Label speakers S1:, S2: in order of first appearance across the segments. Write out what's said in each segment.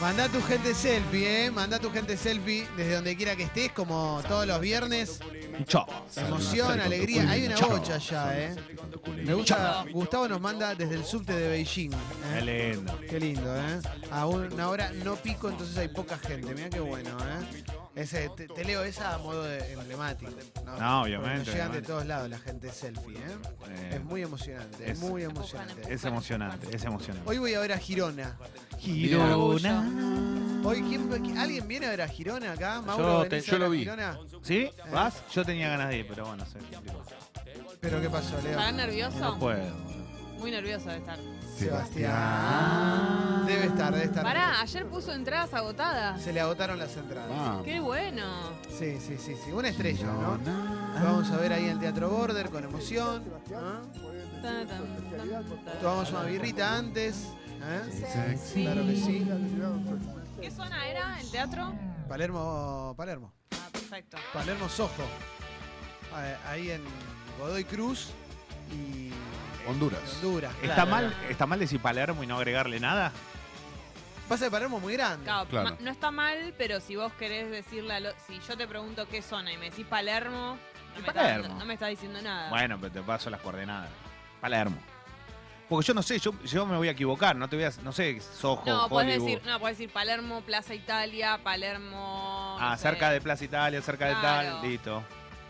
S1: Manda tu gente selfie, ¿eh? Manda tu gente selfie desde donde quiera que estés, como todos los viernes.
S2: Chao.
S1: Emoción, alegría. Hay una bocha allá, ¿eh? Me gusta. Gustavo nos manda desde el subte de Beijing.
S2: Qué
S1: ¿eh?
S2: lindo.
S1: Qué lindo, ¿eh? A una hora no pico, entonces hay poca gente. Mira qué bueno, ¿eh? Ese, te, te leo esa a modo de emblemático. No,
S2: obviamente,
S1: Nos llegan de
S2: obviamente.
S1: todos lados la gente selfie, ¿eh?
S2: Eh,
S1: Es muy emocionante, es
S2: es-
S1: muy emocionante.
S2: Es emocionante, es emocionante.
S1: Hoy voy a ver a Girona.
S2: Girona.
S1: Hoy, ¿quién- qui- ¿alguien viene a ver a Girona acá?
S3: Yo
S1: Mauro,
S3: te-
S1: ¿venís a
S3: yo
S1: ver a
S3: lo vi.
S1: Girona?
S2: ¿Sí? ¿Vas? Yo tenía ganas de ir, pero bueno, se complicó.
S1: ¿Pero qué pasó, Leo?
S4: ¿Estará nervioso?
S2: No puedo.
S4: Muy nervioso de estar.
S1: Sebastián. Debe estar, debe estar.
S4: Pará, ayer puso entradas agotadas.
S1: Se le agotaron las entradas.
S3: Vamos.
S4: Qué bueno.
S1: Sí, sí, sí, sí. Una estrella, ¿no? Lo vamos a ver ahí en el Teatro Border con emoción. ¿ah?
S4: Tan, tan, tan, tan.
S1: Tomamos una birrita antes. ¿eh?
S4: Sí.
S1: Claro que sí.
S4: ¿Qué zona era el teatro?
S1: Palermo, Palermo.
S4: Ah, perfecto.
S1: Palermo Sojo. Ah, Ahí en Godoy Cruz y
S3: Honduras.
S1: Honduras.
S2: ¿Está
S1: claro.
S2: mal, ¿Está mal decir Palermo y no agregarle nada?
S1: Pasa de Palermo es muy grande.
S4: Claro,
S3: Claro.
S4: ma- no está mal, pero si vos querés decirle a lo- Si yo te pregunto qué zona y me decís Palermo, no me,
S2: Palermo.
S4: Está, no me está diciendo nada.
S2: Bueno, pero te paso las coordenadas. Palermo. Porque yo no sé, yo, yo me voy a equivocar, no te voy a, no sé, Soho,
S4: no, podés
S2: Hollywood.
S4: decir, no, podés decir Palermo, Plaza Italia, Palermo.
S2: ah,
S4: no sé,
S2: cerca de Plaza Italia, cerca de
S4: Claro.
S2: tal, listo.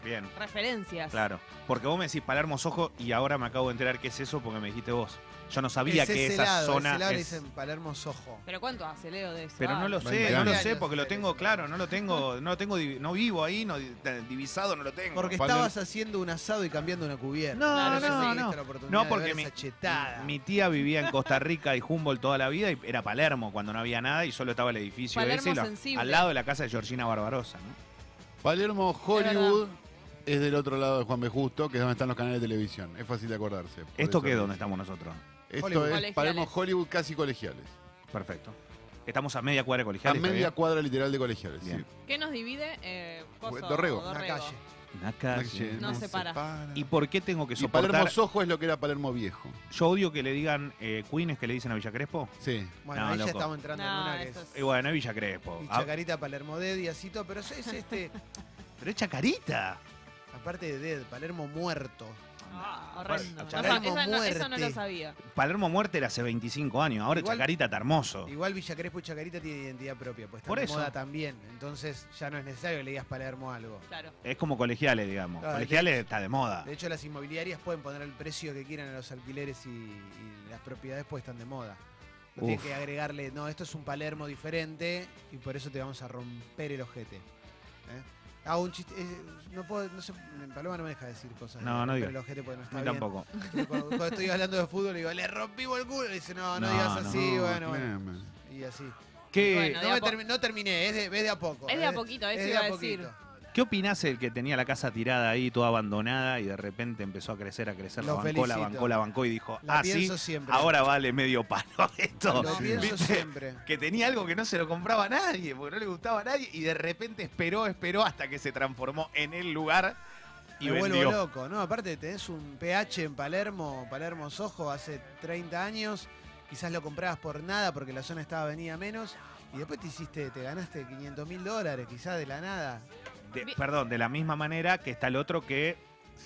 S2: Bien,
S4: Referencias.
S2: claro. Porque vos me decís Palermo Soho y ahora me acabo de enterar qué es eso porque me dijiste vos. Yo no sabía
S1: Es
S2: que
S1: ese
S2: esa
S1: lado,
S2: zona
S1: ese lado le
S2: es-
S1: dicen Palermo Sojo.
S4: Pero ¿cuánto hace Leo de eso?
S2: Pero no lo
S4: Ah,
S2: sé,
S3: Venga.
S2: no lo
S1: Años,
S2: sé, porque lo tengo
S1: eres.
S2: claro, no lo tengo, no lo tengo, divi- no vivo ahí, no di- divisado, no lo tengo.
S1: Porque
S3: Palermo-
S1: estabas haciendo un asado y cambiando una cubierta.
S2: No,
S1: Por eso
S2: no,
S1: tuviste
S2: no.
S1: la oportunidad
S2: No,
S1: de
S2: porque
S1: ver
S2: mi-
S1: esa chetada.
S2: Mi tía vivía en Costa Rica y Humboldt toda la vida y era Palermo cuando no había nada y solo estaba el edificio
S4: Palermo
S2: ese y lo-
S4: sensible.
S2: al lado de la casa de Georgina Barbarosa, ¿no?
S3: Palermo, Hollywood es del otro lado de Juan B. Justo, que es donde están los canales de televisión. Es fácil de acordarse. Por
S2: ¿Esto
S3: eso
S2: qué es
S3: lo
S2: donde
S3: dice.
S2: estamos nosotros?
S3: Esto
S1: Hollywood.
S3: es
S4: Colegiales.
S3: Palermo, Hollywood, casi colegiales.
S2: Perfecto. Estamos a media cuadra
S3: A
S2: colegial.
S3: media cuadra literal de colegiales.
S2: Bien.
S3: sí.
S4: ¿Qué nos divide? Eh, coso,
S3: Dorrego.
S1: Una calle.
S3: calle
S4: No se para.
S2: ¿Y por qué tengo que
S3: Y Palermo
S2: soportar?
S3: Sojo es lo que era Palermo Viejo.
S2: Yo odio que le digan eh, Queens que le dicen a Villa Crespo.
S3: Sí.
S1: Bueno,
S2: No,
S1: ahí ya
S2: loco.
S1: estamos entrando en
S4: No,
S1: una que
S4: eso
S1: es.
S4: es-
S2: Y bueno, no es Villa Crespo.
S1: Y
S2: Ah,
S1: Chacarita, Palermo Dead y Asito, pero eso es este.
S2: pero es Chacarita.
S1: Aparte de Dead, Palermo muerto.
S4: Ah, horrendo. No,
S1: Chacarita.
S4: esa- esa no- eso no
S1: Muerte.
S4: lo sabía.
S2: Palermo Muerte era hace 25 años, ahora
S1: Igual-
S2: Chacarita está hermoso.
S1: Igual Villa Crespo y Chacarita tienen identidad propia, pues está
S2: Oh. Por
S1: de
S2: eso.
S1: moda también. Entonces ya no es necesario que le digas Palermo algo.
S4: Claro.
S2: Es como colegiales, digamos.
S1: Claro,
S2: colegiales está de moda.
S1: De hecho, las inmobiliarias pueden poner el precio que quieran a los alquileres y, y las propiedades pues están de moda. No tienen
S2: Uf.
S1: que agregarle, no, esto es un Palermo diferente y por eso te vamos a romper el ojete. ¿Eh? Ah, un chiste. eh, no puedo, no sé, Paloma no me deja decir cosas. de
S2: No, no
S1: romper
S2: digo.
S1: el ojete porque no
S2: A
S1: está
S2: mí
S1: bien.
S2: tampoco.
S1: Pero Cuando, cuando estoy hablando de fútbol, le digo, le rompimos el culo. Y dice, no, no,
S2: No,
S1: digas
S2: no.
S1: así, bueno, bueno.
S3: Clemen.
S1: Y así.
S2: ¿Qué,
S4: Bueno, de
S1: No,
S4: a
S1: me
S4: po-
S1: termi- no terminé, es de, es de a poco. ¿eh?
S4: Es de a poquito, eso
S1: de
S4: iba
S1: a
S4: a decir.
S1: poquito.
S2: qué opinás el que tenía la casa tirada ahí, toda abandonada, y de repente empezó a crecer, a crecer, la
S1: Lo
S2: bancó, la
S1: felicito.
S2: bancó, la bancó y dijo,
S1: La
S2: ah, sí,
S1: pienso siempre.
S2: ahora vale medio palo esto.
S1: Lo pienso
S2: ¿Viste?
S1: siempre.
S2: Que tenía algo que no se lo compraba a nadie, porque no le gustaba a nadie, y de repente esperó, esperó hasta que se transformó en el lugar y
S1: me vuelvo
S2: vendió.
S1: loco, ¿no? Aparte tenés un PH en Palermo, Palermo Sojo, hace 30 años. Quizás lo comprabas por nada porque la zona estaba venida menos. Y después te hiciste, te ganaste 500 mil dólares, quizás de la nada.
S2: De-
S4: Vi-
S2: perdón, de la misma manera que está el otro que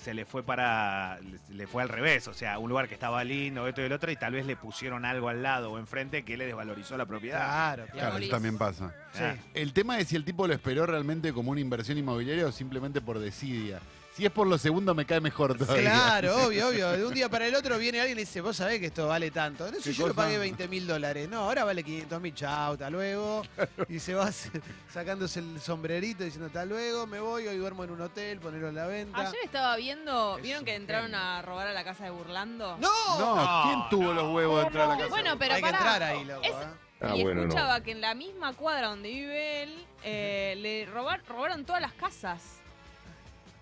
S2: se le fue para. le- le fue al revés. O sea, un lugar que estaba lindo, esto y el otro, y tal vez le pusieron algo al lado o enfrente que le desvalorizó la propiedad.
S1: Claro,
S3: Claro,
S1: claro.
S3: eso
S4: Morís.
S3: también pasa.
S2: Ah,
S1: Ah, Sí.
S3: El tema es si el tipo lo esperó realmente como una inversión inmobiliaria o simplemente por desidia. Si es por lo segundo, me cae mejor todavía.
S1: Claro, obvio, obvio. De un día para el otro viene alguien y dice, vos sabés que esto vale tanto. No sé,
S3: ¿Qué
S1: yo lo
S3: cosa?
S1: pagué 20 mil dólares. No, ahora vale 500 mil, chao, hasta luego. Y se va sacándose el sombrerito diciendo, hasta luego, me voy, hoy duermo en un hotel, ponerlo a la venta.
S4: Ayer estaba viendo,
S1: Es
S4: ¿vieron que
S1: un
S4: entraron
S1: genio.
S4: a robar a la casa de Burlando?
S1: ¡No!
S3: No, ¿quién tuvo los huevos de entrar a la casa?
S4: Bueno, pero
S1: Hay que
S4: pará.
S1: entrar ahí, loco.
S4: Es-
S1: ¿eh?
S5: Ah,
S4: y
S5: bueno, no.
S4: escuchaba que en la misma cuadra donde vive él, eh, le robar, robaron todas las casas.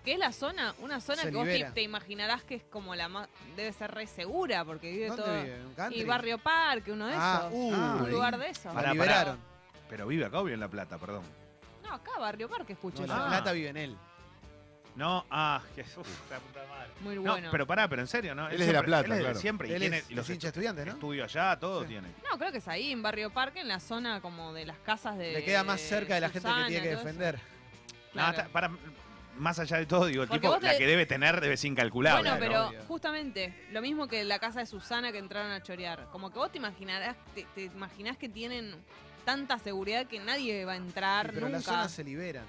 S4: Que es la zona, una zona
S1: Se
S4: que vos te,
S1: libera.
S4: te imaginarás que es como la más, debe ser re segura, porque vive
S1: ¿Dónde
S4: todo.
S1: vive? ¿En un country?
S4: Y Barrio Parque, uno de
S1: Ah,
S4: esos.
S1: uh,
S3: Ah,
S4: un lugar de esos.
S1: la
S2: Pará, pará.
S1: liberaron.
S2: Pero vive acá o vive en La Plata, perdón. Ah.
S4: No, acá Barrio Parque, Ah, escuché
S1: No,
S4: yo.
S1: la plata vive en él.
S2: No, ah, que uf, la puta madre.
S4: Muy
S2: No,
S4: bueno.
S2: pero pará, pero en serio, ¿no?
S3: Él es de La
S2: siempre-
S3: Plata,
S2: él es de
S3: claro.
S2: Siempre, y
S1: Él
S2: tiene
S1: es,
S2: los
S1: es hincha estudiante, ¿no?
S2: estudios allá, todo
S1: Sí.
S2: tiene.
S4: No, creo que es ahí, en Barrio Parque, en la zona como de las casas de.
S1: Le queda más cerca de la gente
S4: Susana,
S1: que tiene que
S4: todo eso.
S1: defender.
S2: No,
S4: Claro.
S2: está- para, más allá de todo, digo, el
S4: Porque
S2: tipo,
S4: vos
S2: la
S4: te-
S2: que debe tener debe ser incalculable.
S4: Bueno,
S2: ¿no?
S4: pero
S1: obvio.
S4: justamente, lo mismo que la casa de Susana que entraron a chorear. Como que vos te imaginarás, te, te imaginás que tienen tanta seguridad que nadie va a
S1: Sí,
S4: entrar
S1: pero las
S4: nunca.
S1: zonas se liberan.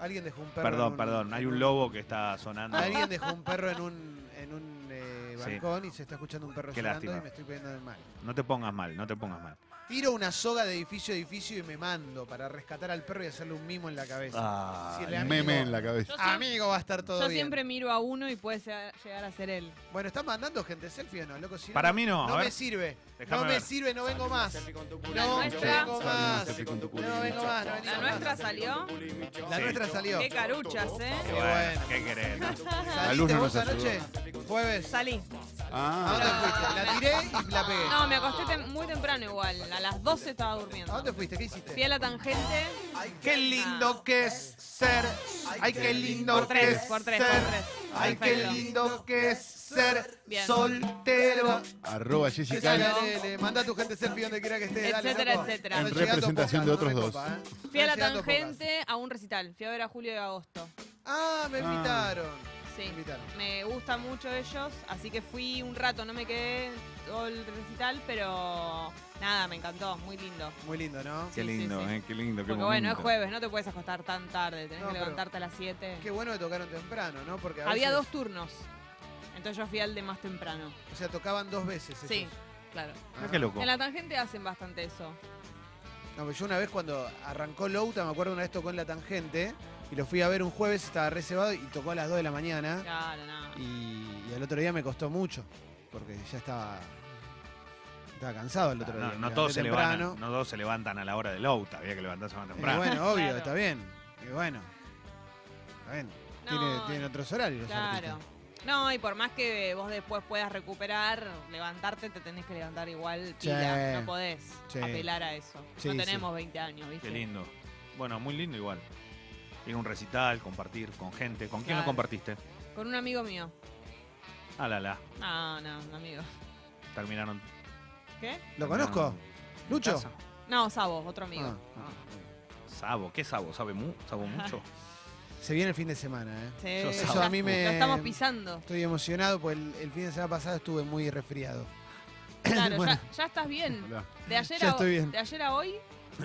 S1: Alguien dejó un perro. en
S2: Perdón, perdón,
S1: en
S2: hay un lobo que está sonando.
S1: Alguien dejó un perro en un, en un eh,
S2: Sí.
S1: balcón y se está escuchando un perro
S2: Qué
S1: llorando
S2: lástima.
S1: y me estoy poniendo de mal.
S2: No te pongas mal, no te pongas mal.
S1: Tiro una soga de edificio a edificio y me mando para rescatar al perro y hacerle un mimo en la cabeza.
S2: Ah,
S1: Sí, le
S3: Un
S1: amigo.
S3: meme en la cabeza.
S4: Yo siempre-
S1: Amigo, va a estar todo
S4: Yo
S1: bien.
S4: siempre miro a uno y puede ser- llegar a ser él.
S1: Bueno, ¿están mandando gente selfie o no, loco? Si
S2: Para mí no,
S1: No
S2: a
S1: me
S2: ver.
S1: sirve.
S2: Déjame
S1: no me
S2: ver.
S1: sirve, no vengo más.
S4: La
S1: No
S4: nuestra.
S1: vengo
S3: Salió una
S1: más.
S3: selfie con tu culo y
S1: No vengo
S3: bicho.
S1: más. no venimos
S4: La
S1: más.
S4: nuestra salió.
S1: La
S2: Sí.
S1: nuestra salió.
S4: Qué caruchas,
S2: qué
S4: ¿eh?
S2: bueno, ¿qué querés? no?
S1: ¿Saliste
S3: luz no
S1: vos
S3: nos ayudó.
S1: anoche? Jueves.
S4: Salí.
S1: ¿A dónde
S3: Ah,
S1: fuiste? La tiré y la pegué.
S4: No, me acosté tem- muy temprano igual. A las 12 estaba
S1: ¿A
S4: durmiendo.
S1: dónde fuiste? ¿Qué
S4: Fui a
S1: hiciste?
S4: la tangente.
S2: Qué lindo que es ser. Ay, qué lindo
S4: Por
S2: que
S4: tres,
S2: es
S4: por tres,
S2: ser.
S4: por tres.
S2: Ay, qué
S4: Perfecto.
S2: lindo que es ser
S4: Bien.
S2: soltero.
S3: arroba Jessica.
S1: Dale,
S4: Claro.
S1: dale, dale. Manda a tu gente selfie donde quiera que esté. dale,
S4: Etcétera,
S1: loco.
S4: etcétera.
S1: Están
S3: En
S1: llegando
S3: representación
S1: pocas,
S3: de
S1: no
S3: otros
S1: recopa, ¿eh?
S4: Fui a la
S1: Están llegando
S4: tangente a un recital. Fui a ver a Julio de Agosto.
S1: pocas. Ah, me
S3: Ah.
S1: invitaron. Me
S4: Sí.
S1: invitaron.
S4: Me gustan mucho ellos, así que fui un rato, no me quedé todo el recital, pero nada, me encantó, muy lindo.
S1: Muy lindo, ¿no?
S4: Sí, sí, sí.
S2: qué lindo,
S4: Porque bueno, es jueves, no te puedes acostar tan tarde, tenés
S1: No,
S4: que
S1: pero-
S4: levantarte a las 7.
S1: Qué bueno que tocaron temprano, ¿no? Porque a
S4: Había
S1: veces-
S4: dos turnos, entonces yo fui al de más temprano.
S1: O sea, tocaban dos veces. ellos.
S4: Sí, claro.
S2: Mirá Qué loco.
S4: En la tangente hacen bastante eso.
S1: No, pero yo una vez cuando arrancó Louta, me acuerdo una vez tocó en la tangente y lo fui a ver un jueves, estaba reservado y tocó a las 2 de la mañana.
S4: Claro, nada.
S1: ¿Eh? Y, y al otro día me costó mucho, porque ya estaba. Estaba cansado el otro
S2: No,
S1: día. me
S2: no
S1: levanté
S2: todos se
S1: temprano.
S2: levantan, no todos se levantan a la hora del outa, había que levantarse más
S1: Y
S2: temprano.
S1: bueno, obvio,
S4: Claro.
S1: está bien. Y bueno. Está bien. Tiene,
S4: No,
S1: tienen otros horarios los
S4: claro.
S1: artistas.
S4: No, y por más que vos después puedas recuperar, levantarte, te tenés que levantar igual
S1: Sí.
S4: pila. No podés
S1: Sí.
S4: apelar a eso.
S1: Sí,
S4: no
S1: sí.
S4: tenemos 20 años, ¿viste?
S2: Qué lindo. Bueno, muy lindo igual. Ir a un recital, compartir con gente. ¿Con quién lo
S4: Claro.
S2: compartiste?
S4: Con un amigo mío.
S2: Ah, la, la.
S4: No, no, un amigo.
S2: Terminaron.
S4: ¿Qué?
S1: ¿Lo conozco? ¿Lucho?
S2: Casa.
S4: No, Sabo, otro amigo.
S1: Ah,
S4: Ah.
S2: Sabo, ¿qué sabo? ¿Sabe mu ¿Sabo mucho?
S1: Se viene el fin de semana, ¿eh?
S4: Sí,
S2: Yo
S1: Eso
S2: Sabo.
S1: a mí me.
S4: Lo estamos pisando.
S1: Estoy emocionado porque el, el fin de semana pasado estuve muy resfriado.
S4: Claro,
S1: Bueno.
S4: ya, ya estás bien.
S3: Hola.
S4: De ayer,
S1: Ya
S4: a,
S1: estoy bien.
S4: de ayer a hoy,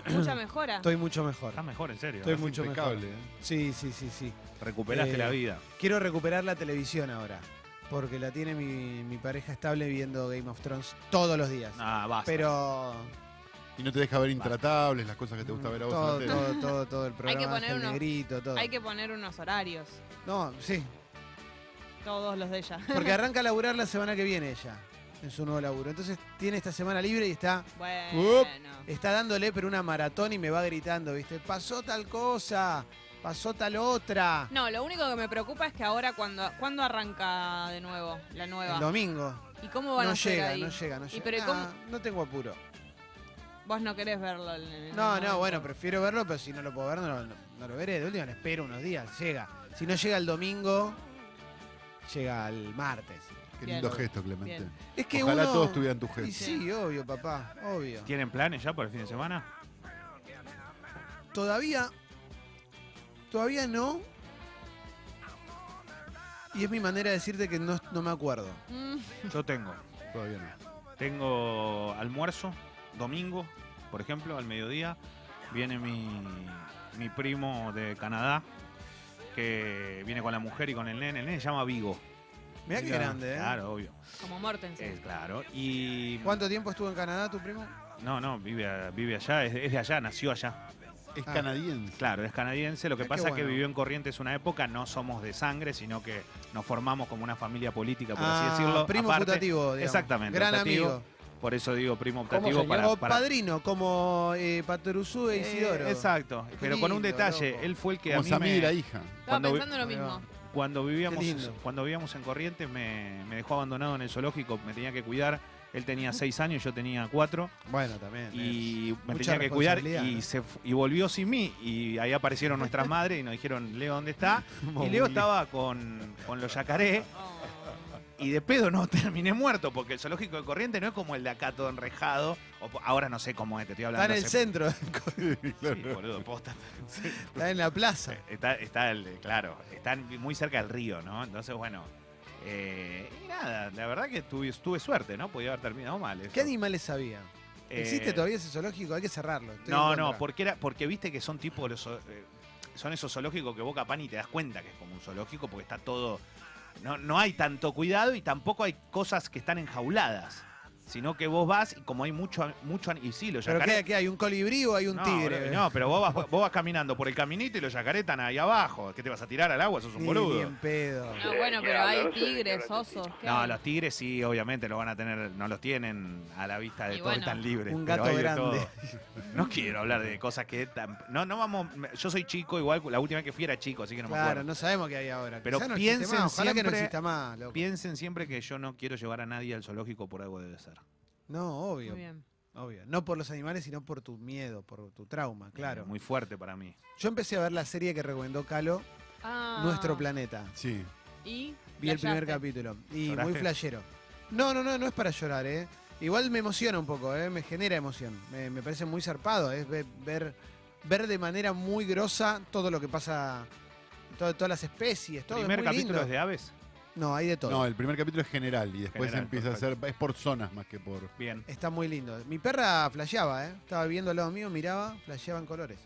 S4: mucha mejora.
S1: Estoy mucho mejor.
S2: Estás mejor, en serio.
S1: Estoy
S2: ¿eh?
S1: muy- Mucho
S3: impecable. ¿eh?
S1: Sí, sí, sí, sí.
S2: Recuperaste
S1: Eh,
S2: la vida.
S1: Quiero recuperar la televisión ahora. Porque la tiene mi, mi pareja estable viendo Game of Thrones todos los días.
S2: Ah, basta.
S1: Pero.
S3: Y no te deja ver intratables, las cosas que te gusta ver a vos.
S1: todo,
S3: en la tele.
S1: todo, todo, todo el programa.
S4: que poner
S1: hasta el
S4: uno.
S1: negrito, todo.
S4: Hay que poner unos horarios.
S1: No, sí.
S4: Todos los de ella.
S1: Porque arranca a laburar la semana que viene ella. En su nuevo laburo. Entonces tiene esta semana libre y está. Up.
S4: Bueno.
S1: Está dándole, pero una maratón y me va gritando, ¿viste? Pasó tal cosa. Pasó tal otra.
S4: No, lo único que me preocupa es que ahora cuando, ¿cuándo arranca de nuevo la
S1: El
S4: nueva.
S1: domingo.
S4: ¿Y cómo van
S1: No
S4: a hacer
S1: llega,
S4: ahí?
S1: no llega, no
S4: Y
S1: llega.
S4: pero ¿y
S1: Nah,
S4: cómo-
S1: no tengo apuro.
S4: Vos no querés verlo. en el
S1: No,
S4: momento.
S1: no, bueno, prefiero verlo, pero si no lo puedo ver, no, lo- no- no lo veré. De última, lo espero unos días. Llega. Si no llega el domingo, llega el martes.
S3: Qué
S4: Bien.
S3: lindo gesto, Clemente.
S4: Bien.
S1: Es que
S3: Ojalá
S1: uno-
S3: todos tuvieran tu
S1: Y
S3: gesto.
S1: sí, obvio, papá, obvio.
S2: ¿Tienen planes ya para el fin de semana?
S1: Todavía. Todavía no. Y es mi manera de decirte que no, no me acuerdo.
S4: Mm,
S2: Yo tengo.
S3: Todavía no.
S2: Tengo almuerzo, domingo, por ejemplo, al mediodía. Viene mi, mi primo de Canadá, que viene con la mujer y con el nene. El nene se llama Vigo.
S1: Mirá qué
S3: Mirá,
S1: grande, ¿eh?
S2: Claro, obvio.
S4: como Mortensen.
S2: Es claro. Y.
S1: ¿Cuánto tiempo estuvo en Canadá tu primo?
S2: No, no, vive, a- vive allá, es, es de allá, nació allá.
S3: Es
S1: Ah.
S3: canadiense.
S2: Claro, es canadiense. Lo que
S1: Ah, qué
S2: pasa es que
S1: bueno.
S2: vivió en Corrientes una época, no somos de sangre, sino que nos formamos como una familia política, por
S1: Ah,
S2: así decirlo.
S1: Primo
S2: Aparte-
S1: putativo, digamos.
S2: Exactamente,
S1: Gran
S2: optativo.
S1: amigo.
S2: Por eso digo primo optativo para,
S1: o
S2: para-
S1: padrino, como eh, Patoruzú e
S2: Eh,
S1: Isidoro.
S2: exacto,
S1: Qué
S2: pero con un
S1: lindo,
S2: detalle,
S1: loco.
S2: él fue el que a
S3: Como
S2: mí
S3: Samir, la
S2: me,
S3: hija.
S4: Estaba
S2: cuando, vi-
S4: pensando lo
S1: Ahí va.
S4: mismo.
S2: cuando
S1: Qué lindo.
S2: vivíamos cuando vivíamos en Corrientes me, me dejó abandonado en el zoológico, me tenía que cuidar Él tenía seis años, yo tenía cuatro.
S1: Bueno, también. es-
S2: y me
S1: mucha
S2: tenía que cuidar
S1: responsabilidad,
S2: y,
S1: ¿no?
S2: se, fu- y volvió sin mí y ahí aparecieron nuestras madres y nos dijeron, Leo, ¿dónde está? Y Leo estaba con, con los yacarés
S4: Oh.
S2: y de pedo no terminé muerto porque el zoológico de Corrientes no es como el de acá todo enrejado. O po- ahora no sé cómo es, te estoy
S1: Está
S2: hablando.
S1: en el
S2: hace-
S1: centro,
S2: Sí, boludo, posta.
S1: está en la plaza.
S2: Está, está el, claro, están muy cerca del río, ¿no? Entonces, bueno. eh, y nada, la verdad que tuve, tuve suerte, ¿no? Podía haber terminado mal. eso.
S1: ¿Qué animales había?
S2: Eh,
S1: ¿Existe todavía ese zoológico? Hay que cerrarlo. estoy
S2: No,
S1: en
S2: no,
S1: contra.
S2: porque era, porque viste que son tipo los zo- eh, son esos zoológicos que vos capaz ni te das cuenta que es como un zoológico porque está todo no, no hay tanto cuidado y tampoco hay cosas que están enjauladas, sino que vos vas y como hay mucho a- mucho an- y sí, los
S1: ¿Pero qué,
S2: yacarés
S1: qué hay? ¿Un colibrí o hay un
S2: no,
S1: tigre?
S2: bro, no, pero vos vas, vos vas caminando por el caminito y los yacarés están ahí abajo. ¿Qué te vas a tirar al agua? Sos un
S1: Ni- ni
S2: boludo.
S1: en pedo.
S4: No, bueno, pero hay tigres, osos. ¿qué
S2: No,
S4: hay?
S2: los tigres sí, obviamente lo van a tener, no los tienen a la vista de
S4: Y
S2: todos,
S4: bueno.
S2: están libres.
S1: Un
S2: pero
S1: gato
S2: hay de
S1: grande.
S2: todo. No quiero hablar de cosas que tan- no, no vamos. Yo soy chico, igual la última vez que fui era chico, así que no me
S1: claro,
S2: acuerdo.
S1: no sabemos qué hay ahora.
S2: Pero
S1: Quizá no existe
S2: piensen
S1: más, Ojalá que no
S2: siempre-
S1: exista más, loco.
S2: Piensen siempre que yo no quiero llevar a nadie al zoológico por algo debe ser.
S1: No,
S4: Muy
S1: obvio,
S4: bien.
S1: obvio. No por los animales, sino por tu miedo, por tu trauma, claro.
S2: Es Eh, muy fuerte para mí.
S1: Yo empecé a ver la serie que recomendó Calo,
S4: Ah,
S1: Nuestro Planeta.
S3: Sí.
S4: Y
S1: Vi el primer
S4: flayaste.
S1: capítulo y
S2: ¿Lloraste?
S1: muy flashero. No, no, no, no es para llorar, ¿eh? Igual me emociona un poco, ¿eh? Me genera emoción. Me, me parece muy zarpado, es ve- ver, ver de manera muy grosa todo lo que pasa, todo- todas las especies, todo. es
S2: Primer
S1: muy
S2: capítulo
S1: lindo.
S2: es de eh. aves.
S1: No, hay de todo.
S3: No, el primer capítulo es general y después
S2: General,
S3: empieza a ser. Es por zonas más que por.
S2: Bien.
S1: Está muy lindo. Mi perra flasheaba, ¿eh? Estaba viendo al lado mío, miraba, flasheaba en colores.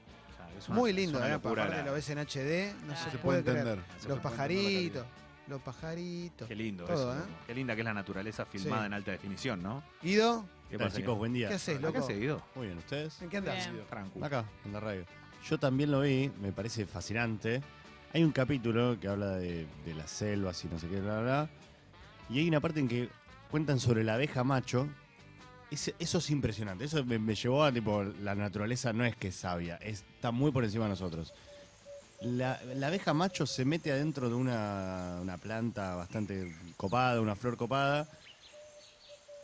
S2: Ah, es una-
S1: Muy
S2: es
S1: lindo,
S2: una
S1: ¿eh?
S2: locura
S1: Aparte
S2: la-
S1: lo ves en HD, no
S4: Claro.
S1: se,
S3: Se
S1: puede
S3: puede
S1: creer.
S3: entender.
S2: se
S1: Los
S2: puede entender la
S1: pajaritos, los pajaritos.
S2: calidad. Qué lindo
S1: Todo,
S2: eso.
S1: ¿eh?
S2: Qué linda que es la naturaleza filmada
S1: Sí.
S2: en alta definición, ¿no?
S1: Guido,
S2: ¿Qué
S5: Hola,
S2: pasa,
S5: chicos, buen día.
S1: ¿qué haces,
S2: Guido? ¿Acá
S1: loco?
S2: seguido?
S5: Muy bien, ¿ustedes?
S1: ¿En qué andás?
S4: Bien.
S2: Tranquilo.
S5: Acá, en la radio. Yo también lo vi, me parece fascinante. Hay un capítulo que habla de, de las selvas y no sé qué, bla, bla, bla. Y hay una parte en que cuentan sobre la abeja macho. Ese- eso es impresionante. Eso me, me llevó a, tipo, la naturaleza no es que es sabia, es- está muy por encima de nosotros. La, la abeja macho se mete adentro de una, una planta bastante copada, una flor copada,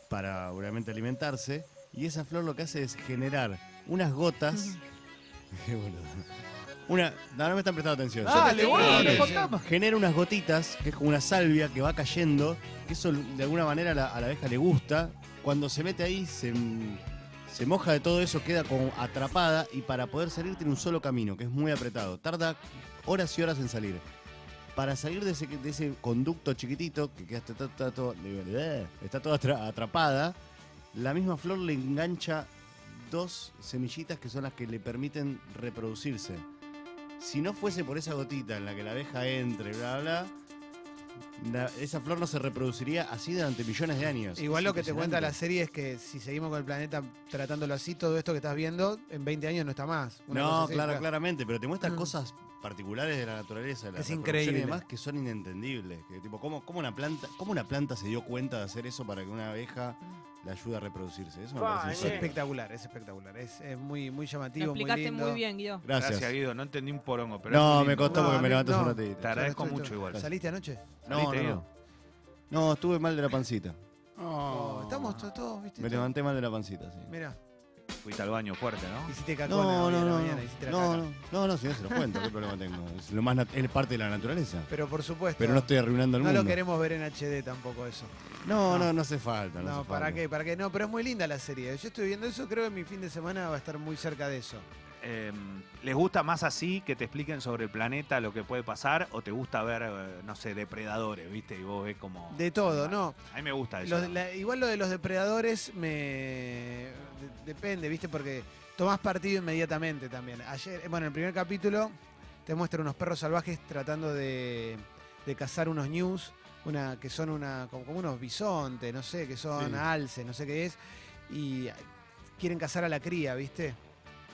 S5: para obviamente alimentarse. Y esa flor lo que hace es generar unas gotas. Qué boludo. Una, no, no me están prestando atención.
S2: Dale,
S4: Sí.
S2: bueno,
S4: Sí.
S2: lo contamos.
S5: Genera unas gotitas, que es como una salvia que va cayendo, que eso de alguna manera a la, a la abeja le gusta. Cuando se mete ahí, se, se moja de todo eso, queda como atrapada y para poder salir tiene un solo camino, que es muy apretado. Tarda horas y horas en salir. Para salir de ese, de ese conducto chiquitito, que queda, está, está- está todo- está toda atra- atrapada, la misma flor le engancha dos semillitas que son las que le permiten reproducirse. Si no fuese por esa gotita en la que la abeja entre, bla, bla, la- esa flor no se reproduciría así durante millones de años.
S1: Igual
S5: Es
S1: lo que te cuenta
S5: impresionante.
S1: la serie es que si seguimos con el planeta tratándolo así, todo esto que estás viendo, en 20 años no está más. Una cosa
S5: No,
S1: así,
S5: claro, claramente, pero te muestran
S1: Mm.
S5: cosas particulares de la naturaleza, de la
S1: Es
S5: reproducción
S1: increíble.
S5: y demás que son inentendibles. Que, tipo, ¿cómo, cómo una planta, ¿Cómo una planta se dio cuenta de hacer eso para que una abeja la ayude a reproducirse? Eso me
S2: eh.
S1: Es
S5: parece increíble.
S1: espectacular, es espectacular. Es, es muy, muy
S4: Lo
S1: llamativo, muy
S4: explicaste
S1: lindo.
S4: muy, bien, Guido.
S5: Gracias.
S2: Gracias, Guido. No entendí un porongo, pero. es
S5: no,
S2: muy
S5: me
S2: lindo.
S5: costó
S1: No,
S5: porque
S1: a mí-
S5: me levantaste
S1: no.
S5: un ratito.
S2: Te agradezco
S1: Estoy-
S2: mucho igual.
S1: ¿Saliste anoche?
S5: No,
S2: ¿Saliste,
S5: no,
S2: Guido?
S5: no. No, estuve mal de la pancita.
S3: Oh.
S1: No, Oh, estamos to- todos, ¿viste?
S5: Me levanté mal de la pancita, sí.
S1: Mira,
S2: Fuiste al baño fuerte, ¿no?
S1: hiciste cacón
S5: No, no,
S1: a la
S5: no.
S1: mañana, hiciste la
S5: No,
S1: caca.
S5: no, no, no, si no se los cuento, qué problema tengo. Es, lo más nat- es parte de la naturaleza.
S1: Pero por supuesto.
S5: Pero no estoy arruinando el
S1: no
S5: mundo.
S1: lo queremos ver en HD tampoco eso.
S5: No,
S1: No.
S5: no, no hace falta. No,
S1: No,
S5: hace
S1: ¿para
S5: falta.
S1: qué? ¿Para qué? No, pero es muy linda la serie. Yo estoy viendo eso, creo que mi fin de semana va a estar muy cerca de eso.
S2: Eh, ¿Les gusta más así que te expliquen sobre el planeta lo que puede pasar? ¿O te gusta ver, eh, no sé, depredadores, viste? Y vos ves como.
S1: De todo, ¿no?
S2: A mí me gusta eso.
S1: Lo de la- igual lo de los depredadores me de- depende, ¿viste? Porque tomás partido inmediatamente también. Ayer, eh, bueno, en el primer capítulo te muestran unos perros salvajes tratando de, de cazar unos news, una que son una como, como unos bisontes, no sé, que son
S3: Sí.
S1: alces, no sé qué es, y quieren cazar a la cría, ¿viste?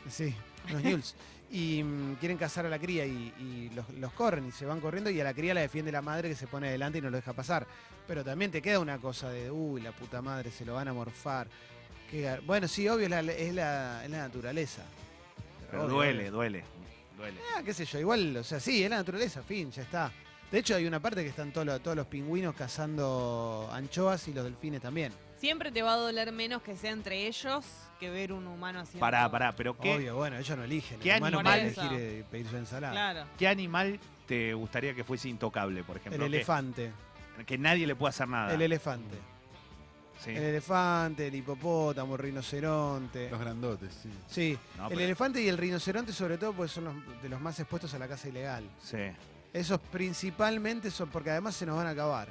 S1: Sí, unos news. Y mm, quieren cazar a la cría y, y los, los corren y se van corriendo y a la cría la defiende la madre que se pone adelante y no lo deja pasar. Pero también te queda una cosa de, uy, la puta madre, se lo van a morfar. Qué gar- Bueno, sí, obvio, es la, es la, es la naturaleza.
S2: Pero
S1: Obvio,
S2: duele,
S1: obvio.
S2: duele. Duele.
S1: Ah, qué sé yo, igual, o sea, sí, es la naturaleza, fin, ya está. De hecho, hay una parte que están todos los, todos los pingüinos cazando anchoas y los delfines también.
S4: Siempre te va a doler menos que sea entre ellos que ver un humano haciendo.
S2: Pará, pará, pero ¿qué,
S1: Obvio, bueno, ellos no eligen.
S2: ¿Qué
S1: el humano puede
S4: animal?
S1: elegir eh, pedir su ensalada.
S4: Claro.
S2: qué animal te gustaría que fuese intocable, por
S1: El
S2: ejemplo? Ah. Que-
S1: elefante.
S2: Que, nadie le pueda hacer nada.
S1: El elefante.
S2: Sí.
S1: El elefante, el hipopótamo, el rinoceronte.
S3: Los grandotes, sí.
S1: Sí,
S2: No,
S1: el
S2: pero-
S1: elefante y el rinoceronte sobre todo porque son los, de los más expuestos a la caza ilegal.
S2: Sí.
S1: Esos principalmente son porque además se nos van a acabar.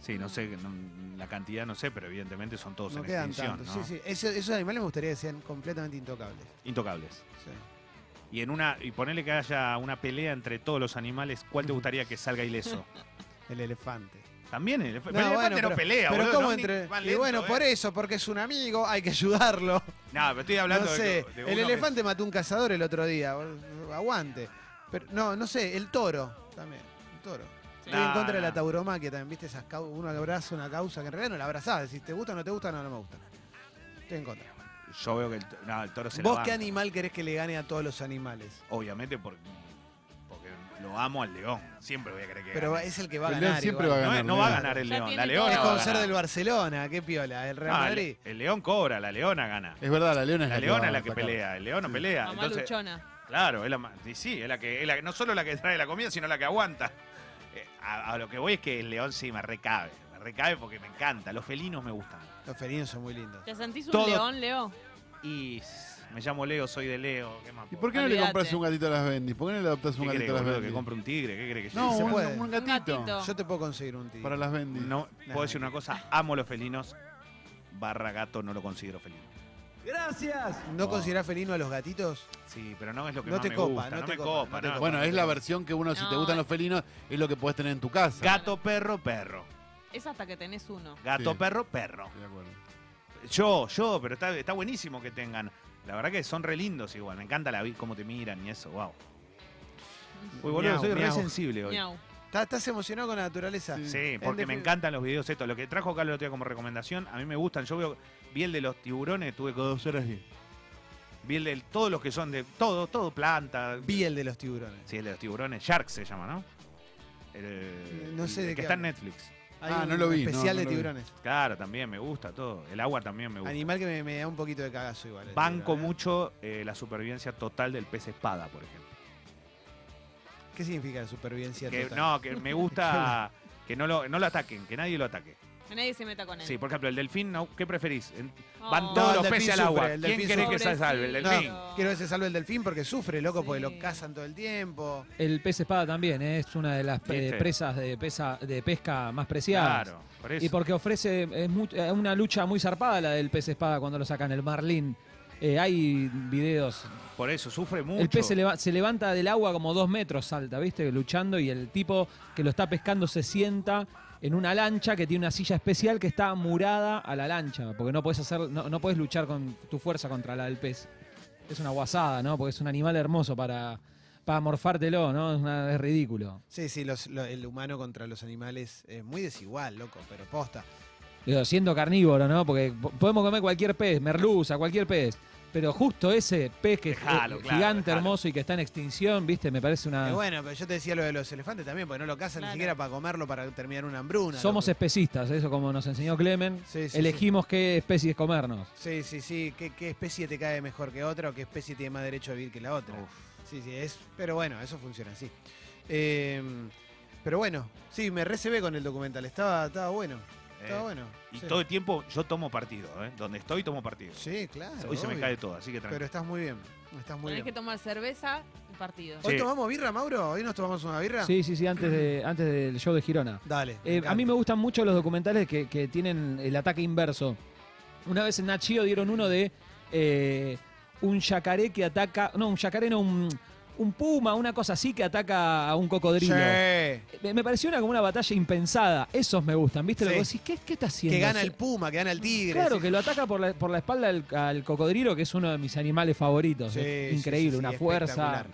S2: Sí, no sé, no- la cantidad no sé, pero evidentemente son todos
S1: no
S2: en
S1: quedan
S2: extinción,
S1: tantos.
S2: ¿no?
S1: Sí, sí. Ese- esos animales me gustaría que sean completamente intocables.
S2: Intocables.
S1: Sí.
S2: Y en una y ponele que haya una pelea entre todos los animales, ¿cuál te gustaría que salga ileso?
S1: El elefante.
S2: También el elef-
S1: No,
S2: pero el elefante.
S1: bueno,
S2: no pelea,
S1: Pero
S2: boludo,
S1: ¿cómo
S2: no, ni-
S1: entre...?
S2: va
S1: y
S2: lento,
S1: bueno,
S2: eh.
S1: por eso, porque es un amigo, hay que ayudarlo.
S2: No, pero estoy hablando
S1: no
S2: de-
S1: sé,
S2: de uno
S1: el
S2: que-
S1: elefante mató un cazador el otro día, bol- aguante. Pero no, no sé, el toro también, el toro.
S4: Sí.
S1: Estoy en
S2: Nah,
S1: contra de la
S2: nah.
S1: tauromaquia también, viste, esas cau- uno abraza una causa que en realidad no la abrazás, si te gusta o no te gusta, no, no me gusta. Estoy en contra.
S2: Yo veo que el, to- no, el toro se la
S1: ¿Vos
S2: banca.
S1: qué animal querés que le gane a todos los animales?
S2: Obviamente por- porque lo amo al león. Siempre voy a querer que
S1: Pero
S2: gane.
S1: es el que va a
S3: El
S1: ganar.
S3: león siempre
S1: igual.
S3: va
S2: no, es- no va
S3: ganar,
S2: a
S3: león.
S2: ganar el
S4: Ya
S2: león. La
S4: tiene
S2: leona
S4: todo.
S1: Es
S2: va a
S1: con ser
S2: ganar.
S1: del Barcelona, qué piola, el Real
S2: No, el-
S1: Madrid.
S2: El, león cobra, la leona gana.
S3: Es verdad, la leona es la,
S2: La
S3: que
S2: leona
S3: va
S2: es
S3: a
S2: la que
S3: atacar.
S2: pelea, el león no pelea.
S4: Mamá
S2: Entonces,
S4: luchona.
S2: Claro, es la ma- y sí, es la que, es la- no solo la que trae la comida, sino la que aguanta. Eh, a, a lo que voy es que el león sí me recabe, me recabe porque me encanta, los felinos me gustan.
S1: Los felinos son muy lindos.
S4: ¿Te sentís un
S2: Todo-
S4: león, Leo?
S2: Y s- me llamo Leo, soy de Leo, ¿qué más?
S3: ¿Y
S2: puedo?
S3: por qué no le
S4: Olvídate.
S3: compras un gatito a las Bendis? ¿Por qué no le adoptas
S2: ¿Qué
S3: un
S2: querés,
S3: gatito a las
S2: boludo,
S3: Bendis?
S2: que compre un tigre? ¿Qué crees que yo
S3: No,
S1: Se
S2: diga?
S3: un,
S1: puede.
S3: un gatito.
S4: Un gatito.
S1: Yo te puedo conseguir un tío.
S3: Para las Bendis.
S2: No,
S1: Nah,
S2: puedo decir una
S1: que-
S2: cosa, amo los felinos, barra gato no lo considero felino.
S1: ¿No
S2: Wow.
S1: considerás felino a los gatitos?
S2: Sí, pero no es lo que
S1: No
S2: más
S1: te
S2: me
S1: copa,
S2: gusta,
S1: no
S2: no,
S1: te
S2: me
S1: copa,
S2: copa,
S1: no te
S2: no.
S1: copa.
S3: Bueno, es la versión que uno, si te
S4: No, eh.
S3: gustan
S4: es-
S3: los felinos, es lo que podés tener en tu casa.
S2: Gato, perro, perro.
S4: Es hasta que tenés uno.
S2: Gato,
S3: Sí.
S2: perro, perro.
S3: Estoy de acuerdo.
S2: Yo, yo, pero está, está buenísimo que tengan. La verdad que son re lindos igual. Me encanta la vi cómo te miran y eso, wow. Uy, boludo,
S1: Miau,
S2: soy re
S1: miau.
S2: sensible hoy.
S4: Miau.
S1: Estás, estás emocionado con la naturaleza.
S3: Sí.
S2: Sí,
S1: En
S2: porque me
S1: defin-
S2: encantan los videos estos. Lo que trajo acá el otro día como recomendación, a mí me gustan. Yo veo, vi el de los tiburones, tuve que dos horas y. Vi el de todos los que son de todo, todo, planta.
S1: Vi el de los tiburones.
S2: Sí, el de los tiburones. Shark se llama, ¿no? El,
S1: No sé
S2: el
S1: de
S2: que
S1: qué
S2: está en
S1: habla.
S2: Netflix.
S1: Hay
S3: Ah,
S1: un
S3: no lo vi, no,
S1: Especial
S3: no
S1: de
S3: lo vi.
S1: tiburones.
S2: Claro, también me gusta todo. El agua también me gusta.
S1: Animal que me, me da un poquito de cagazo igual. el
S2: Banco
S1: tiburón, ¿eh?
S2: mucho eh, la supervivencia total del pez espada, por ejemplo.
S1: ¿Qué significa la supervivencia
S2: que,
S1: total?
S2: No, que me gusta que no lo, no lo ataquen, que nadie lo ataque.
S4: Que nadie se meta con él.
S2: Sí, por ejemplo, el delfín, no, ¿qué preferís? En-
S4: Oh.
S2: Van
S1: No,
S2: todos
S1: el
S2: los
S1: delfín
S2: peces al
S1: sufre,
S2: agua.
S1: el
S2: ¿Quién
S1: delfín
S2: querés que
S4: sufre.
S2: se salve? El
S1: No,
S2: delfín.
S1: quiero que se salve el delfín porque sufre, loco, porque lo
S4: Sí.
S1: cazan todo el tiempo.
S6: El pez espada también ¿eh? es una de las eh,
S2: ¿Viste?
S6: presas de, pesa- de pesca más preciadas.
S2: Claro, por eso.
S6: Y porque ofrece es mu- eh, una lucha muy zarpada la del pez espada cuando lo sacan, el marlín. Eh, hay videos.
S2: por eso, sufre mucho.
S6: El pez se, leva- se levanta del agua como dos metros, salta, ¿viste? Luchando y el tipo que lo está pescando se sienta en una lancha que tiene una silla especial que está murada a la lancha, porque no puedes hacer, no, no puedes luchar con tu fuerza contra la del pez. Es una guasada, ¿no? Porque es un animal hermoso para, para morfártelo, ¿no? Es, una- es ridículo.
S1: Sí, sí, los- lo- el humano contra los animales es muy desigual, loco, pero posta.
S6: Digo, siendo carnívoro, ¿no? Porque po- podemos comer cualquier pez, merluza, cualquier pez. Pero justo ese pez que es
S2: Dejalo,
S6: eh,
S2: claro,
S6: gigante,
S2: dejalo.
S6: hermoso y que está en extinción, ¿viste? Me parece
S1: Y
S3: Ah.
S6: una.
S1: bueno, pero yo te decía lo de los elefantes también, porque no lo cazan ni
S4: Claro.
S1: siquiera para comerlo, para terminar una hambruna.
S6: Somos
S1: loco.
S6: especistas, eso como nos enseñó Clemen.
S1: Sí, sí,
S6: Elegimos qué especies comernos.
S1: Sí, sí, sí. ¿Qué, qué especie te cae mejor que otra o qué especie tiene más derecho a vivir que la otra?
S2: Uf.
S1: Sí, sí, es. Pero bueno, eso funciona así. Eh, pero bueno, sí, me recebé con el documental. Estaba, estaba bueno. Estaba
S2: Eh,
S1: bueno.
S2: Y
S1: sí.
S2: todo el tiempo yo tomo partido, ¿eh? Donde estoy tomo partido.
S1: Sí, claro.
S2: Hoy se me
S1: obvio.
S2: cae todo, así que
S1: Pero
S2: tranquilo.
S1: estás muy bien. Estás muy
S4: Tenés que
S1: bien.
S4: tomar cerveza y partido.
S1: ¿Hoy
S2: Sí.
S1: tomamos birra, Mauro? ¿Hoy nos tomamos una birra?
S6: Sí, sí, sí, antes, de, antes del show de Girona.
S1: Dale.
S6: Eh, a mí me
S1: encanta.
S6: gustan mucho los documentales que, que tienen el ataque inverso. Una vez en Nachio dieron uno de eh, un yacaré que ataca. No, un yacaré no, un, un puma, una cosa así que ataca a un cocodrilo.
S1: Sí.
S6: Me, me pareció una, como una batalla impensada. Esos me gustan, ¿viste? Lo
S1: Sí.
S6: que vos decís, ¿qué, qué está haciendo?
S1: Que gana
S6: Se-
S1: el puma, que gana el tigre.
S6: Claro,
S1: sí.
S6: que lo ataca por la, por la espalda al, al cocodrilo, que es uno de mis animales favoritos.
S1: Sí,
S6: Es
S1: sí,
S6: increíble,
S1: sí, sí,
S6: una fuerza.
S1: Espectacular.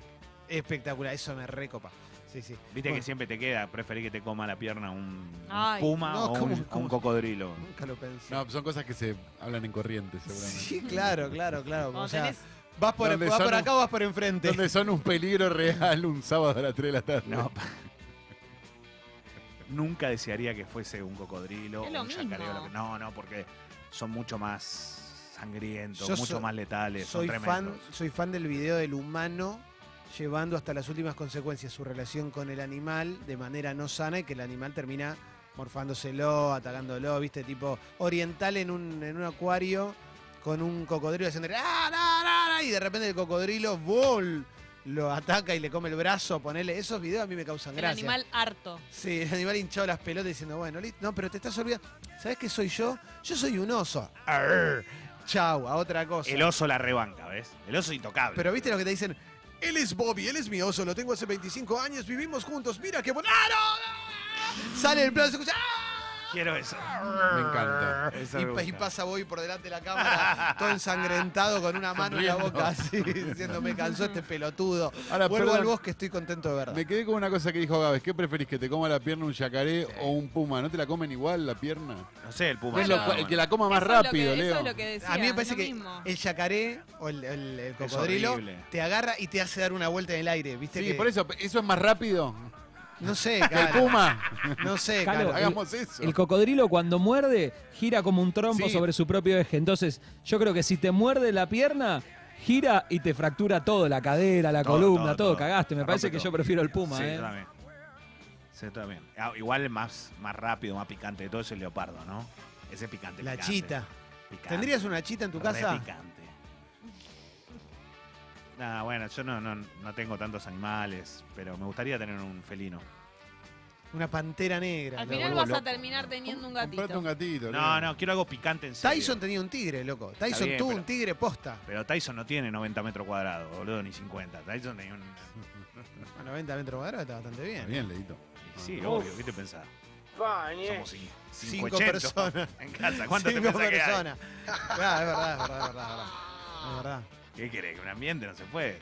S1: Espectacular, eso me recopa. Sí, sí.
S2: Viste
S1: Bueno,
S2: que siempre te queda, preferí que te coma la pierna un, un
S4: Ay.
S2: puma
S1: No,
S2: o un,
S1: ¿cómo-
S2: o un
S1: cómo?
S2: cocodrilo.
S1: Nunca lo pensé.
S3: No, son cosas que se hablan en corriente, seguramente.
S1: Sí, claro, claro, claro.
S4: Cuando
S1: O sea,
S4: tenés-
S1: vas por,
S3: ¿Dónde
S1: vas
S3: son
S1: por
S3: un-
S1: acá o vas por enfrente.
S3: Donde son un peligro real un sábado a las 3 de la tarde.
S2: No, nunca desearía que fuese un cocodrilo
S4: Es
S2: o
S4: lo
S2: un yacaré o lo
S4: mismo.
S2: que- No, no, porque son mucho más sangrientos,
S1: Yo
S2: mucho
S1: so-
S2: más letales,
S1: soy,
S2: son
S1: fan,
S2: tremendos.
S1: soy fan del video del humano llevando hasta las últimas consecuencias su relación con el animal de manera no sana y que el animal termina morfándoselo, atacándolo, viste, tipo oriental en un, en un acuario con un cocodrilo haciendo ¡Ah, na, na, na", y de repente el cocodrilo ¡bol! lo ataca y le come el brazo, ponele. Esos videos a mí me causan
S4: El
S1: gracia.
S4: animal harto.
S1: Sí, el animal hinchado las pelotas diciendo, bueno, listo, no, pero te estás olvidando. ¿Sabes qué soy yo? Yo soy un oso.
S2: Arr.
S1: Chau, a otra cosa.
S2: El oso la rebanca, ¿ves? El oso intocable.
S1: Pero viste lo que te dicen, él es Bobby, él es mi oso, lo tengo hace 25 años, vivimos juntos, mira qué bueno. ¡Ah, no! ¡Ah! Sale el plano, se escucha. ¡Ah!
S2: Quiero eso.
S3: Me encanta.
S2: Eso me
S1: Y, pa- y
S2: gusta.
S1: pasa Bobby por delante de la cámara, todo ensangrentado con una mano en la
S3: Sonriendo.
S1: boca, así, diciendo, me cansó este pelotudo.
S3: Ahora,
S1: Vuelvo
S3: perdón.
S1: al bosque, estoy contento de verdad.
S3: Me quedé con una cosa que dijo Gávez. ¿Qué preferís, que te coma la pierna un yacaré o un puma? ¿No te la comen igual la pierna?
S2: No sé, el
S3: No
S2: puma.
S3: es
S2: está
S3: lo cual-
S2: bueno.
S3: el que la coma más
S4: Eso es lo
S3: rápido,
S4: que-
S3: Leo.
S4: Eso es lo que decía.
S1: A mí me
S4: es
S1: parece
S4: lo
S1: que
S4: mismo.
S1: el yacaré o el, el- el cocodrilo
S2: horrible.
S1: te agarra y te hace dar una vuelta en el aire, ¿viste?
S3: Sí,
S1: que-
S3: por eso, eso es más rápido
S1: No sé,
S3: que el
S1: Calo,
S3: puma.
S1: no sé,
S6: Calo,
S1: Calo.
S3: Hagamos eso.
S6: El cocodrilo cuando muerde gira como un trompo
S3: Sí.
S6: sobre su propio eje. Entonces, yo creo que si te muerde la pierna, gira y te fractura todo, la cadera, la
S2: Todo,
S6: columna,
S2: todo,
S6: todo,
S2: todo.
S6: cagaste. Me
S2: Te
S6: parece
S2: rompe
S6: que
S2: todo.
S6: yo prefiero el puma,
S2: sí,
S6: ¿eh?
S2: yo también. Sí, yo también. Ah, igual más, más rápido, más picante de todo es el leopardo, ¿no? Ese picante.
S1: La
S2: picante.
S1: chita.
S2: Picante.
S1: ¿Tendrías una chita en tu
S2: Re
S1: casa?
S2: picante. Nah, bueno, yo no, no, no tengo tantos animales, pero me gustaría tener un felino.
S1: Una pantera negra.
S4: Al
S1: loco.
S4: final
S2: vuelvo
S4: vas a
S2: loco.
S4: terminar teniendo un
S3: Comprate
S4: gatito.
S3: un gatito.
S2: No,
S3: Leo.
S2: no, quiero algo picante en serio.
S1: Tyson tenía un tigre, loco. Tyson
S2: bien,
S1: tuvo
S2: pero-
S1: un tigre posta.
S2: Pero Tyson no tiene 90 metros cuadrados, boludo, ni 50. Tyson tenía un.
S1: A 90 metros cuadrados está bastante bien.
S3: Está Bien, Leito.
S2: Sí, obvio, ¿qué te pensás? Somos cin-
S1: eh. Cinco
S2: 500
S1: personas.
S2: En casa, ¿cuánto te
S1: Cinco
S2: pensás que hay?
S1: personas. Claro, es verdad, es verdad, es verdad, es verdad.
S2: ¿Qué querés? ¿Un ambiente? No se puede.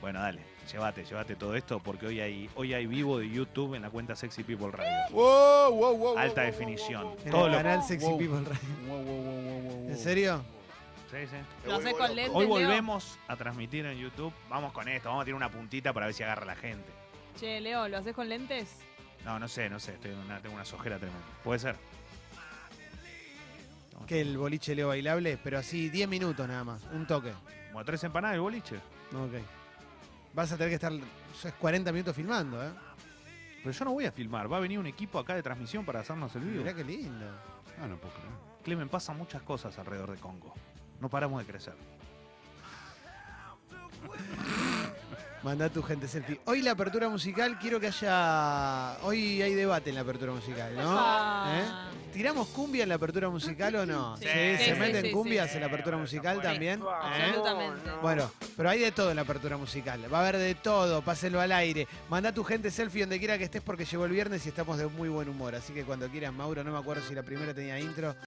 S2: Bueno, dale, llévate, llévate todo esto porque hoy hay, hoy hay vivo de YouTube en la cuenta Sexy People Radio.
S3: Wow, wow,
S1: Oh,
S3: wow,
S2: Alta
S3: wow, wow,
S2: definición.
S3: wow,
S1: Es verdad. En
S2: Todo
S1: el
S2: lo-
S1: canal Sexy
S3: Wow.
S1: People Radio.
S3: wow, wow, wow, wow, wow, wow.
S1: ¿En serio?
S2: Sí, sí.
S4: Lo haces con lentes,
S2: Hoy
S4: Leo.
S2: volvemos a transmitir en YouTube. Vamos con esto, vamos a tirar una puntita para ver si agarra la gente.
S4: Che, Leo, ¿lo haces con lentes?
S2: No, no sé, no sé, estoy en una, tengo una sojera tremenda. Puede ser.
S1: Que el boliche leo bailable, pero así 10 minutos nada más. Un toque.
S2: Como tres empanadas de boliche.
S1: Ok. Vas a tener que estar eso es 40 minutos filmando, ¿eh?
S2: Pero yo no voy a filmar, va a venir un equipo acá de transmisión para hacernos el vivo.
S1: Mirá qué lindo.
S3: Ah, no puedo creer.
S2: Clemen, pasan muchas cosas alrededor de Congo. No paramos de crecer.
S1: Mandá tu gente selfie. Hoy la apertura musical, quiero que haya. Hoy hay debate en la apertura musical, ¿no?
S4: Ah.
S1: ¿Eh? ¿Tiramos cumbia en la apertura musical o no?
S4: Sí.
S1: ¿Se
S4: Sí,
S1: meten
S4: sí, sí,
S1: cumbias
S2: sí.
S1: en la apertura
S2: Sí,
S1: musical
S2: bueno,
S1: también? ¿Eh?
S4: Absolutamente.
S1: Bueno, pero hay de todo en la apertura musical. Va a haber de todo, páselo al aire. Mandá tu gente selfie donde quiera que estés porque llegó el viernes y estamos de muy buen humor. Así que cuando quieras, Mauro, no me acuerdo si la primera tenía intro.